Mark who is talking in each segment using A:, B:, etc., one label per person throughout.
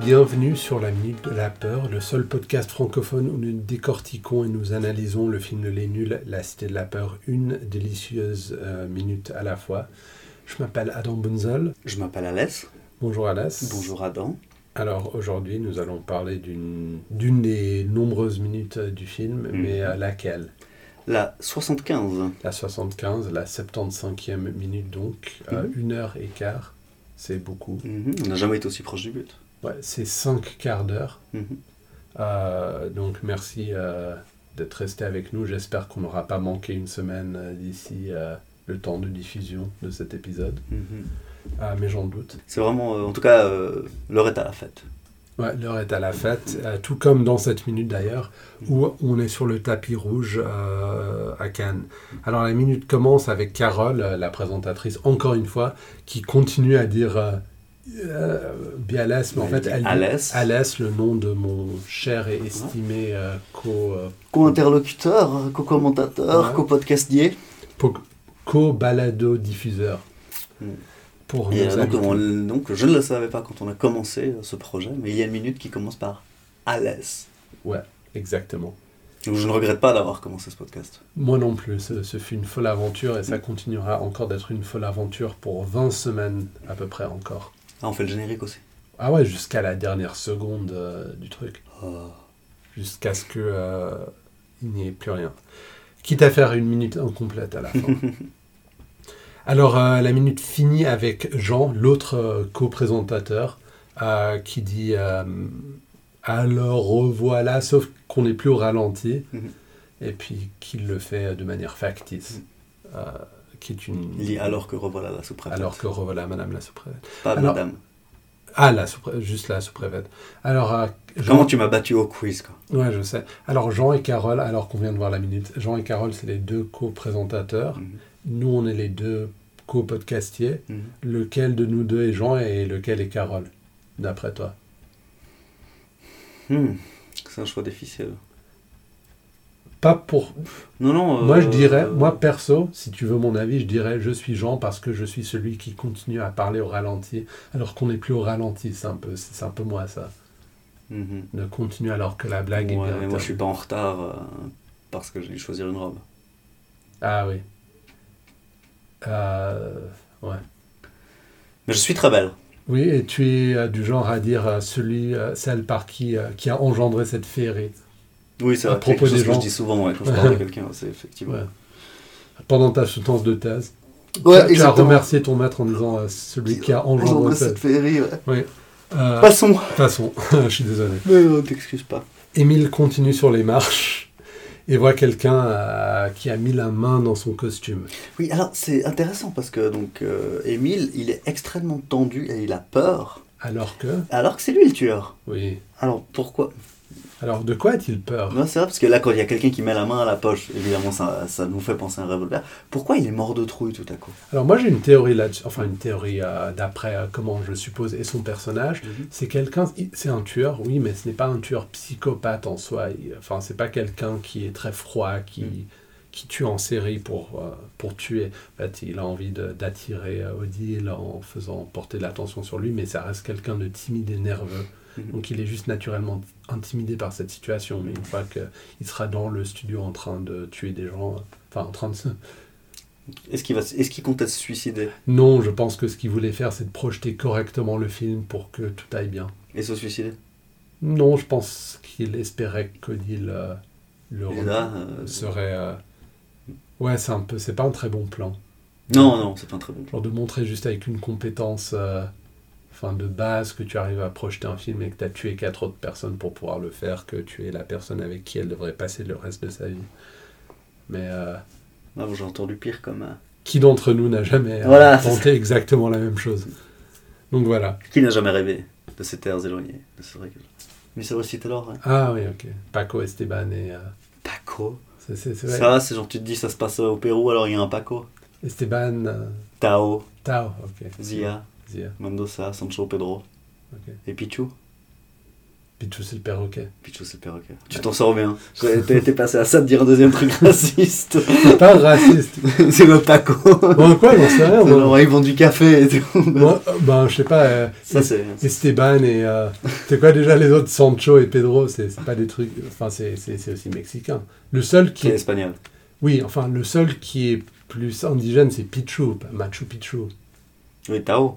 A: Bienvenue sur la Minute de la Peur, le seul podcast francophone où nous décortiquons et nous analysons le film de Les Nuls, La Cité de la Peur, une délicieuse euh, minute à la fois. Je m'appelle Adam Bunzel.
B: Je m'appelle Alès.
A: Bonjour Alas.
B: Bonjour Adam.
A: Alors aujourd'hui, nous allons parler d'une d'une des nombreuses minutes euh, du film, mais euh, laquelle
B: La 75.
A: La 75, la 75e minute donc, euh, une heure et quart, c'est beaucoup.
B: Mhm, On n'a jamais été aussi proche du but.
A: Ouais, c'est cinq quarts d'heure.
B: Mhm.
A: Euh, donc merci euh, d'être resté avec nous. J'espère qu'on n'aura pas manqué une semaine euh, d'ici euh, le temps de diffusion de cet épisode.
B: Mhm.
A: Ah, mais j'en doute.
B: C'est vraiment, euh, en tout cas, euh, l'heure est à la fête.
A: Ouais, L'heure est à la fête, euh, tout comme dans cette minute d'ailleurs, où on est sur le tapis rouge euh, à Cannes. Alors la minute commence avec Carole, euh, la présentatrice, encore une fois, qui continue à dire euh, euh, Bialès, mais en fait elle dit
B: Alès.
A: Alès, le nom de mon cher et estimé euh, co... euh,
B: Co-interlocuteur, co-commentateur,
A: Ouais.
B: co-podcastier.
A: po- co-balado-diffuseur.
B: Mm.
A: Pour
B: Et
A: nos
B: euh, donc,
A: habitants.
B: on- donc, je ne le savais pas quand on a commencé euh, ce projet, mais il y a une minute qui commence par Alès.
A: Ouais, exactement.
B: Donc je ne regrette pas d'avoir commencé ce podcast.
A: Moi non plus, ce, ce fut une folle aventure et
B: Hmm.
A: ça continuera encore d'être une folle aventure pour 20 semaines à peu près encore.
B: Ah, on fait le générique aussi.
A: Ah ouais, jusqu'à la dernière seconde euh, du truc.
B: Oh.
A: Jusqu'à ce que euh, il n'y ait plus rien. Quitte à faire une minute incomplète à la fin. Alors, euh, la minute finit avec Jean, l'autre euh, co-présentateur, euh, qui dit euh, Alors revoilà, sauf qu'on n'est plus au ralenti,
B: Mhm.
A: et puis qu'il le fait de manière factice, euh, qui est une.
B: Mm-hmm. Il dit alors que revoilà la sous-préfète.
A: Alors que revoilà Madame la sous-préfète.
B: Pas
A: alors-
B: madame.
A: Ah, la sous-pré- juste la sous-préfète. Alors, euh, Jean,
B: Comment tu m'as battu au quiz, quoi
A: Ouais, je sais. Alors, Jean et Carole, alors qu'on vient de voir la minute, Jean et Carole, c'est les deux co-présentateurs.
B: Mhm.
A: Nous, on est les deux co-podcastiers.
B: Mhm.
A: Lequel de nous deux est Jean et lequel est Carole, d'après toi
B: Hmm. C'est un choix difficile.
A: Pas pour.
B: Non, non. euh,
A: Moi, je dirais,
B: euh,
A: moi perso, si tu veux mon avis, je dirais je suis Jean parce que je suis celui qui continue à parler au ralenti, alors qu'on n'est plus au ralenti. C'est un peu, c'est un peu moi ça.
B: mhm.
A: De continuer alors que la blague est
B: Ouais,
A: bien.
B: mais moi, je suis
A: terminée.
B: pas en retard euh, parce que j'ai dû choisir une robe.
A: Ah oui. Euh, ouais.
B: Mais je suis très belle.
A: Oui, et tu es euh, du genre à dire euh, celui, euh, celle par qui, euh, qui a engendré cette féerie.
B: Oui, c'est
A: À
B: vrai. quelque
A: propos
B: chose
A: des
B: que
A: gens.
B: je dis souvent ouais, quand je parle de quelqu'un, c'est effectivement.
A: Ouais. Pendant ta soutenance de thèse,
B: Ouais,
A: tu, tu as
B: exactement.
A: remercié ton maître en disant euh, celui qui a engendré cette.
B: féerie.
A: Oui. Euh,
B: Passons.
A: passons, je suis désolé.
B: Mais euh, t'excuse pas.
A: Émile continue sur les marches et voit quelqu'un euh, qui a mis la main dans son costume.
B: Oui, alors c'est intéressant parce que donc euh, Émile, il est extrêmement tendu et il a peur,
A: Alors que.
B: alors que c'est lui le tueur.
A: Oui.
B: Alors pourquoi
A: Alors de quoi a-t-il peur
B: Non, c'est vrai parce que là, quand il y a quelqu'un qui met la main à la poche, évidemment, ça, ça nous fait penser à un revolver. Pourquoi il est mort de trouille tout à coup
A: Alors moi j'ai une théorie là-dessus, enfin une théorie euh, d'après euh, comment je suppose et son personnage,
B: Mhm.
A: c'est quelqu'un, il- c'est un tueur, oui, mais ce n'est pas un tueur psychopathe en soi, Il- enfin c'est pas quelqu'un qui est très froid, qui, qui tue en série pour, euh, pour tuer, en fait il a envie de- d'attirer euh, Odile en faisant porter de l'attention sur lui, mais ça reste quelqu'un de timide et nerveux,
B: Mhm.
A: donc il est juste naturellement intimidé par cette situation, mais une fois qu'il sera dans le studio en train de tuer des gens, euh, enfin en train de se...
B: Est-ce qu'il va, se- est-ce qu'il comptait se suicider
A: Non, je pense que ce qu'il voulait faire, c'est de projeter correctement le film pour que tout aille bien.
B: et se suicider
A: Non, je pense qu'il espérait qu'Odile euh, le
B: Et
A: re-
B: là, euh,
A: serait. euh, Ouais, c'est un peu. C'est pas un très bon plan.
B: Non, non, c'est pas un très bon plan.
A: Genre de montrer juste avec une compétence euh, enfin de base que tu arrives à projeter un film et que tu as tué quatre autres personnes pour pouvoir le faire, que tu es la personne avec qui elle devrait passer le reste de sa vie. Mais euh,
B: Ah, bon, j'ai entendu pire comme. euh,
A: qui d'entre nous n'a jamais euh,
B: Voilà, c'est
A: tenté exactement la même chose Donc voilà.
B: Qui n'a jamais rêvé de ces terres éloignées Mais C'est vrai que. Mais c'est vrai, si t'es l'or, hein.
A: Ah oui, ok. Paco Esteban et. euh,
B: Paco
A: c'est- c'est c'est vrai.
B: Ça, c'est genre, tu te dis, ça se passe euh, au Pérou, alors il y a un Paco.
A: Esteban. euh,
B: Tao,
A: Tao, ok.
B: Zia,
A: Zia,
B: Mendoza, Sancho, Pedro.
A: ok.
B: Et Pichu
A: Pichou, c'est le perroquet.
B: Pichou, c'est le perroquet. Tu t'en sors bien. T'es t'es passé à ça de dire un deuxième truc raciste.
A: C'est pas raciste.
B: c'est le taco.
A: Bon, quoi, j'en sais rien.
B: C'est
A: Moi,
B: genre, ils vendent du café et tout.
A: Moi, euh, ben, je sais pas. euh,
B: Ça, c'est.
A: Esteban et. euh, c'est quoi déjà les autres Sancho et Pedro C'est c'est pas des trucs. Enfin, c'est c'est- c'est aussi mexicain. Le seul
B: Qui
A: qui.
B: est espagnol.
A: Oui, enfin, le seul qui est plus indigène, c'est Pichu, pas Machu Picchu.
B: Oui, Tao.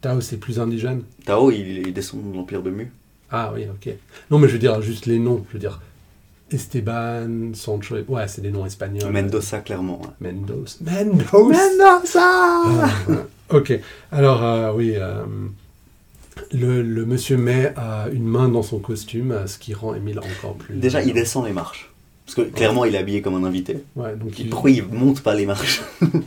A: Tao, c'est plus indigène
B: Tao, il, il descend de l'Empire de Mu.
A: Ah oui, ok. Non, mais je veux dire juste les noms. Je veux dire Esteban, Sancho. et- Ouais, c'est des noms espagnols.
B: Mendoza, clairement. ouais.
A: Mendoza. Mendoza
B: Mendoza
A: Ah, ouais. Ok. Alors, euh, oui. euh, le, le monsieur met euh, une main dans son costume, euh, ce qui rend Émile encore plus.
B: Déjà, il descend les marches. Parce que clairement, il est habillé comme un invité.
A: Ouais, donc
B: Il-
A: il,
B: Pourquoi il monte pas les marches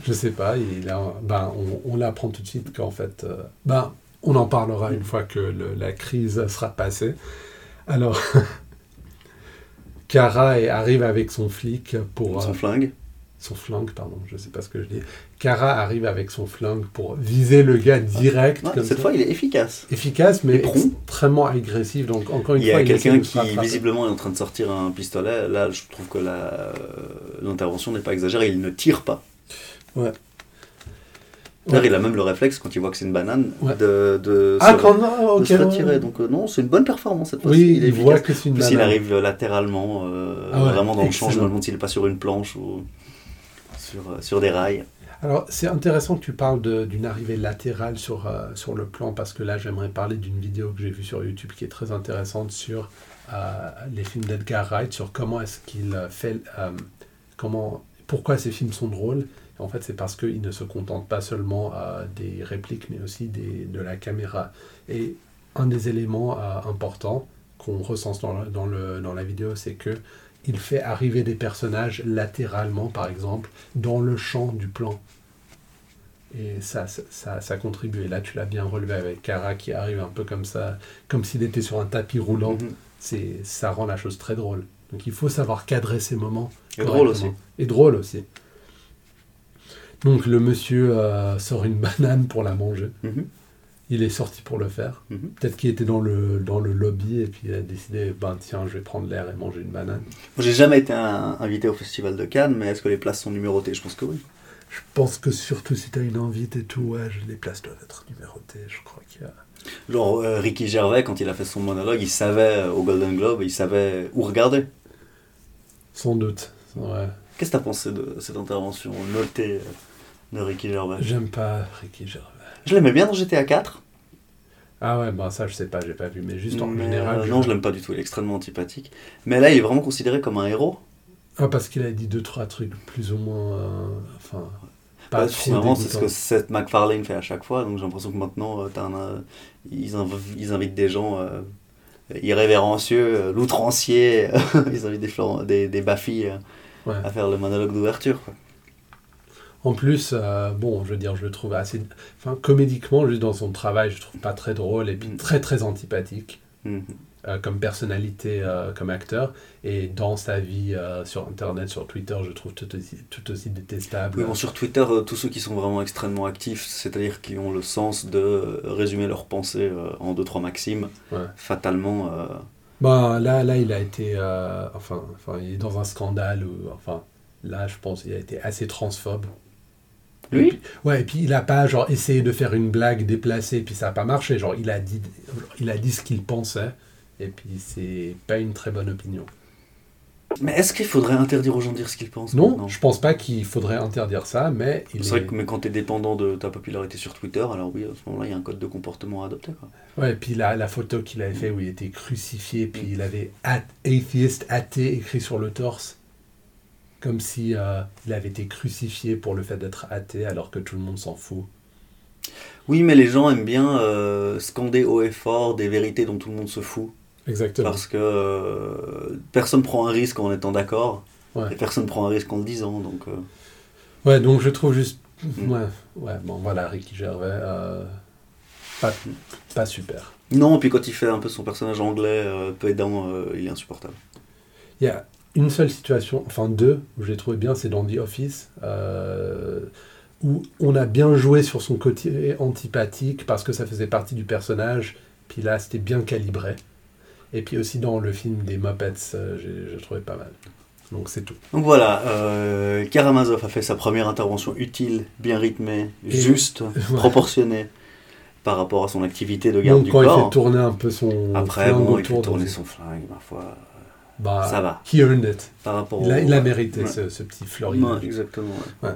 A: je sais pas, il a, ben, on, on l'apprend tout de suite qu'en fait, euh, ben, on en parlera une fois que le- la crise sera passée. Alors, Cara est- arrive avec son flic pour. euh,
B: Son flingue.
A: son flingue, pardon, je sais pas ce que je dis. Cara arrive avec son flingue pour viser le gars direct.
B: Ouais,
A: comme
B: Ah, cette
A: ça.
B: fois, il est efficace.
A: Efficace, mais
B: Et prompt.
A: extrêmement agressif. Donc, encore une
B: Il y
A: fois,
B: a quelqu'un
A: essaie de
B: qui
A: frapper.
B: visiblement est en train de sortir un pistolet. Là, je trouve que la- euh, l'intervention n'est pas exagérée. Il ne tire pas.
A: Ouais.
B: D'ailleurs,
A: Ouais.
B: il a même le réflexe quand il voit que c'est une banane
A: Ouais.
B: de, de
A: Ah,
B: se,
A: quand.
B: de
A: ok,
B: se retirer.
A: ouais.
B: Donc euh, non, c'est une bonne performance cette fois-ci.
A: Oui,
B: il est
A: il
B: efficace.
A: voit que c'est
B: En
A: une
B: plus, il
A: banane.
B: arrive latéralement,
A: Bah,
B: euh,
A: Ah ouais,
B: vraiment dans
A: excellent.
B: le champ. Je me demande s'il est pas sur une planche ou sur, euh, sur des rails.
A: Alors, c'est intéressant que tu parles de- d'une arrivée latérale sur, euh, sur le plan, parce que là, j'aimerais parler d'une vidéo que j'ai vue sur YouTube qui est très intéressante sur euh, les films d'Edgar Wright, sur comment est-ce qu'il euh, fait, euh, comment, pourquoi ces films sont drôles. En fait, c'est parce qu'il ne se contente pas seulement euh, des répliques, mais aussi des, de la caméra. Et un des éléments euh, importants qu'on recense dans, le- dans, le, dans la vidéo, c'est que il fait arriver des personnages latéralement, par exemple, dans le champ du plan. Et ça, ça, ça, ça contribue. Et là, tu l'as bien relevé avec Kara qui arrive un peu comme ça, comme s'il était sur un tapis roulant.
B: Mhm.
A: C'est, ça rend la chose très drôle. Donc il faut savoir cadrer ces moments.
B: Et drôle aussi.
A: correctement. Et drôle aussi. Donc le monsieur euh, sort une banane pour la manger.
B: Mhm.
A: Il est sorti pour le faire.
B: Mhm.
A: Peut-être qu'il était dans le, dans le lobby et puis il a décidé, ben tiens, je vais prendre l'air et manger une banane.
B: Moi, J'ai jamais été un- invité au Festival de Cannes, mais est-ce que les places sont numérotées Je pense que oui.
A: Je pense que surtout si tu as une invite et tout, ouais, je- les places doivent être numérotées, je crois qu'il y a...
B: Genre, euh, Ricky Gervais, quand il a fait son monologue, il savait euh, au Golden Globe, il savait où regarder.
A: Sans doute, ouais.
B: Qu'est-ce que t'as pensé de cette intervention notée euh, de Ricky Gervais
A: J'aime pas Ricky Gervais.
B: Je l'aimais bien dans GTA 4.
A: Ah ouais, ben ça je sais pas, j'ai pas vu, mais juste en
B: mais,
A: général...
B: euh,
A: je-
B: non, je l'aime pas du tout, il est extrêmement antipathique. Mais là, il est vraiment considéré comme un héros.
A: Ah, parce qu'il a dit deux, trois trucs plus ou moins... euh, enfin...
B: Bah,
A: Pas trop
B: finalement, c'est ce que
A: dégoûtants.
B: Seth MacFarlane fait à chaque fois, donc j'ai l'impression que maintenant, euh, t'as un, euh, ils, inv- ils invitent des gens euh, irrévérencieux, euh, l'outrancier, ils invitent des, Florent- des, des Baffy euh,
A: Ouais.
B: à faire le monologue d'ouverture. quoi.
A: En plus, euh, bon, je veux dire, je le trouve assez... Enfin, comédiquement, juste dans son travail, je le trouve pas très drôle et puis
B: Mm.
A: très très antipathique.
B: Mhm.
A: euh, comme personnalité, euh, comme acteur, et dans sa vie euh, sur Internet, sur Twitter, je trouve tout aussi, tout aussi détestable.
B: Oui, bon, sur Twitter, euh, tous ceux qui sont vraiment extrêmement actifs, c'est-à-dire qui ont le sens de euh, résumer leurs pensées euh, en deux trois maximes,
A: Ouais.
B: fatalement, euh,
A: Ben, là, là, il a été, euh, enfin, enfin, il est dans un scandale. Où, enfin, là, je pense, il a été assez transphobe. Et
B: Lui
A: puis- Ouais, et puis il a pas genre essayé de faire une blague déplacée, puis ça a pas marché. Genre, il a dit, il a dit ce qu'il pensait, et puis c'est pas une très bonne opinion.
B: Mais est-ce qu'il faudrait interdire aux gens de dire ce qu'ils pensent
A: Non,
B: maintenant
A: je pense pas qu'il faudrait interdire ça, mais il
B: C'est
A: est-
B: vrai que mais quand tu es dépendant de ta popularité sur Twitter, alors oui, à ce moment-là, il y a un code de comportement à adopter. Quoi.
A: Ouais, et puis la, la photo qu'il avait fait où il était crucifié, puis il avait at- atheist, athée écrit sur le torse, comme si euh, il avait été crucifié pour le fait d'être athée, alors que tout le monde s'en fout.
B: Oui, mais les gens aiment bien euh, scander haut et fort des vérités dont tout le monde se fout,
A: Exactement.
B: parce que euh, personne prend un risque en étant d'accord,
A: Ouais.
B: et personne prend un risque en le disant, donc... euh,
A: Ouais, donc je trouve juste,
B: Mm.
A: ouais, ouais, bon, voilà, Ricky Gervais, euh, pas, pas super.
B: Non, puis quand il fait un peu son personnage anglais, euh, peu aidant, euh, il est insupportable.
A: Il y a une seule situation, enfin deux, où je l'ai trouvé bien, c'est dans The Office, euh, où on a bien joué sur son côté antipathique parce que ça faisait partie du personnage, puis là c'était bien calibré. Et puis aussi dans le film des Muppets, euh, j'ai j'ai trouvé pas mal. Donc c'est tout.
B: Donc voilà, euh, Karamazov a fait sa première intervention utile, bien rythmée,
A: Et-
B: juste,
A: Ouais.
B: proportionnée par rapport à son activité de garde
A: Donc
B: du
A: quand il
B: corps.
A: fait tourner un peu son
B: Après,
A: flingue
B: bon, il
A: autour
B: fait
A: de-
B: tourner son flingue, ma foi.
A: Bah,
B: Ça va.
A: He earned it.
B: Par rapport
A: Il a,
B: au-
A: il a mérité
B: Ouais.
A: ce, ce petit
B: Ouais,
A: florinage.
B: exactement. ouais.
A: Ouais.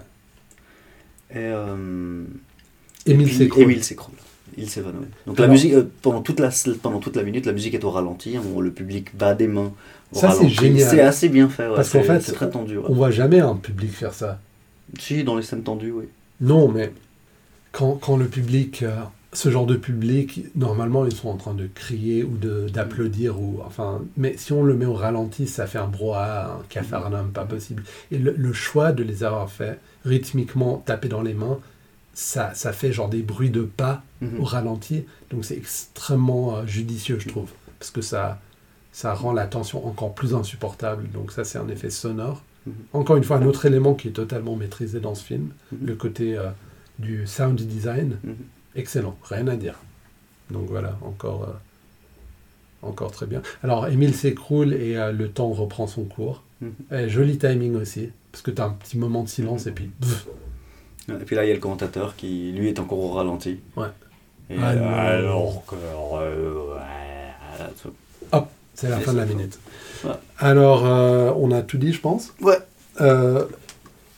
B: Et, euh,
A: Émile
B: puis,
A: s'écroule.
B: Émile s'écroule. Il s'évanouit. Donc la
A: Alors-
B: musique, euh, pendant, toute la, pendant toute la minute, la musique est au ralenti. à un moment, le public bat des mains. au
A: Ça, c'est
B: ralenti.
A: génial.
B: C'est assez bien fait. ouais,
A: Parce qu'en
B: c'est-
A: fait,
B: c'est très tendu. ouais.
A: On voit jamais un public faire ça.
B: Si, dans les scènes tendues, oui.
A: Non, mais quand, quand le public, euh, ce genre de public, normalement, ils sont en train de crier ou de- d'applaudir. ou enfin, Mais si on le met au ralenti, ça fait un brouhaha, un cafarnaum, pas possible. Et le, le choix de les avoir fait rythmiquement, taper dans les mains, ça, ça fait genre des bruits de pas
B: Mhm.
A: au ralenti. Donc c'est extrêmement euh, judicieux, je trouve, parce que ça, ça rend la tension encore plus insupportable. Donc ça, c'est un effet sonore.
B: Mhm.
A: Encore une fois, un autre élément qui est totalement maîtrisé dans ce film,
B: Mhm.
A: le côté euh, du sound design,
B: Mhm.
A: excellent, rien à dire. Donc voilà, encore, euh, encore très bien. Alors Émile s'écroule et euh, le temps reprend son cours.
B: Mhm.
A: Eh, joli timing aussi, parce que tu as un petit moment de silence et puis... pff,
B: Et puis là, il y a le commentateur qui, lui, est encore au ralenti.
A: Ouais.
B: Et
A: Alors-
B: alors que. euh, ouais,
A: Hop, c'est la
B: C'est
A: fin de la
B: ça.
A: minute.
B: Ouais.
A: Alors, euh, on a tout dit, je pense.
B: Ouais.
A: Euh,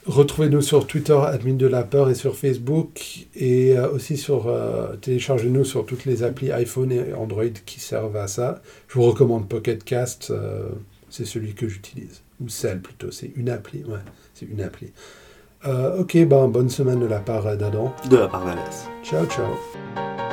A: Retrouvez-nous sur Twitter, admin de la peur, et sur Facebook, et euh, aussi sur euh, téléchargez-nous sur toutes les applis iPhone et Android qui servent à ça. Je vous recommande Pocket Cast, euh, c'est celui que j'utilise, ou celle plutôt, c'est une appli, ouais, c'est une appli. Euh, ok, ben bonne semaine de la part d'Adam.
B: de la part d'Alès.
A: Ciao, ciao.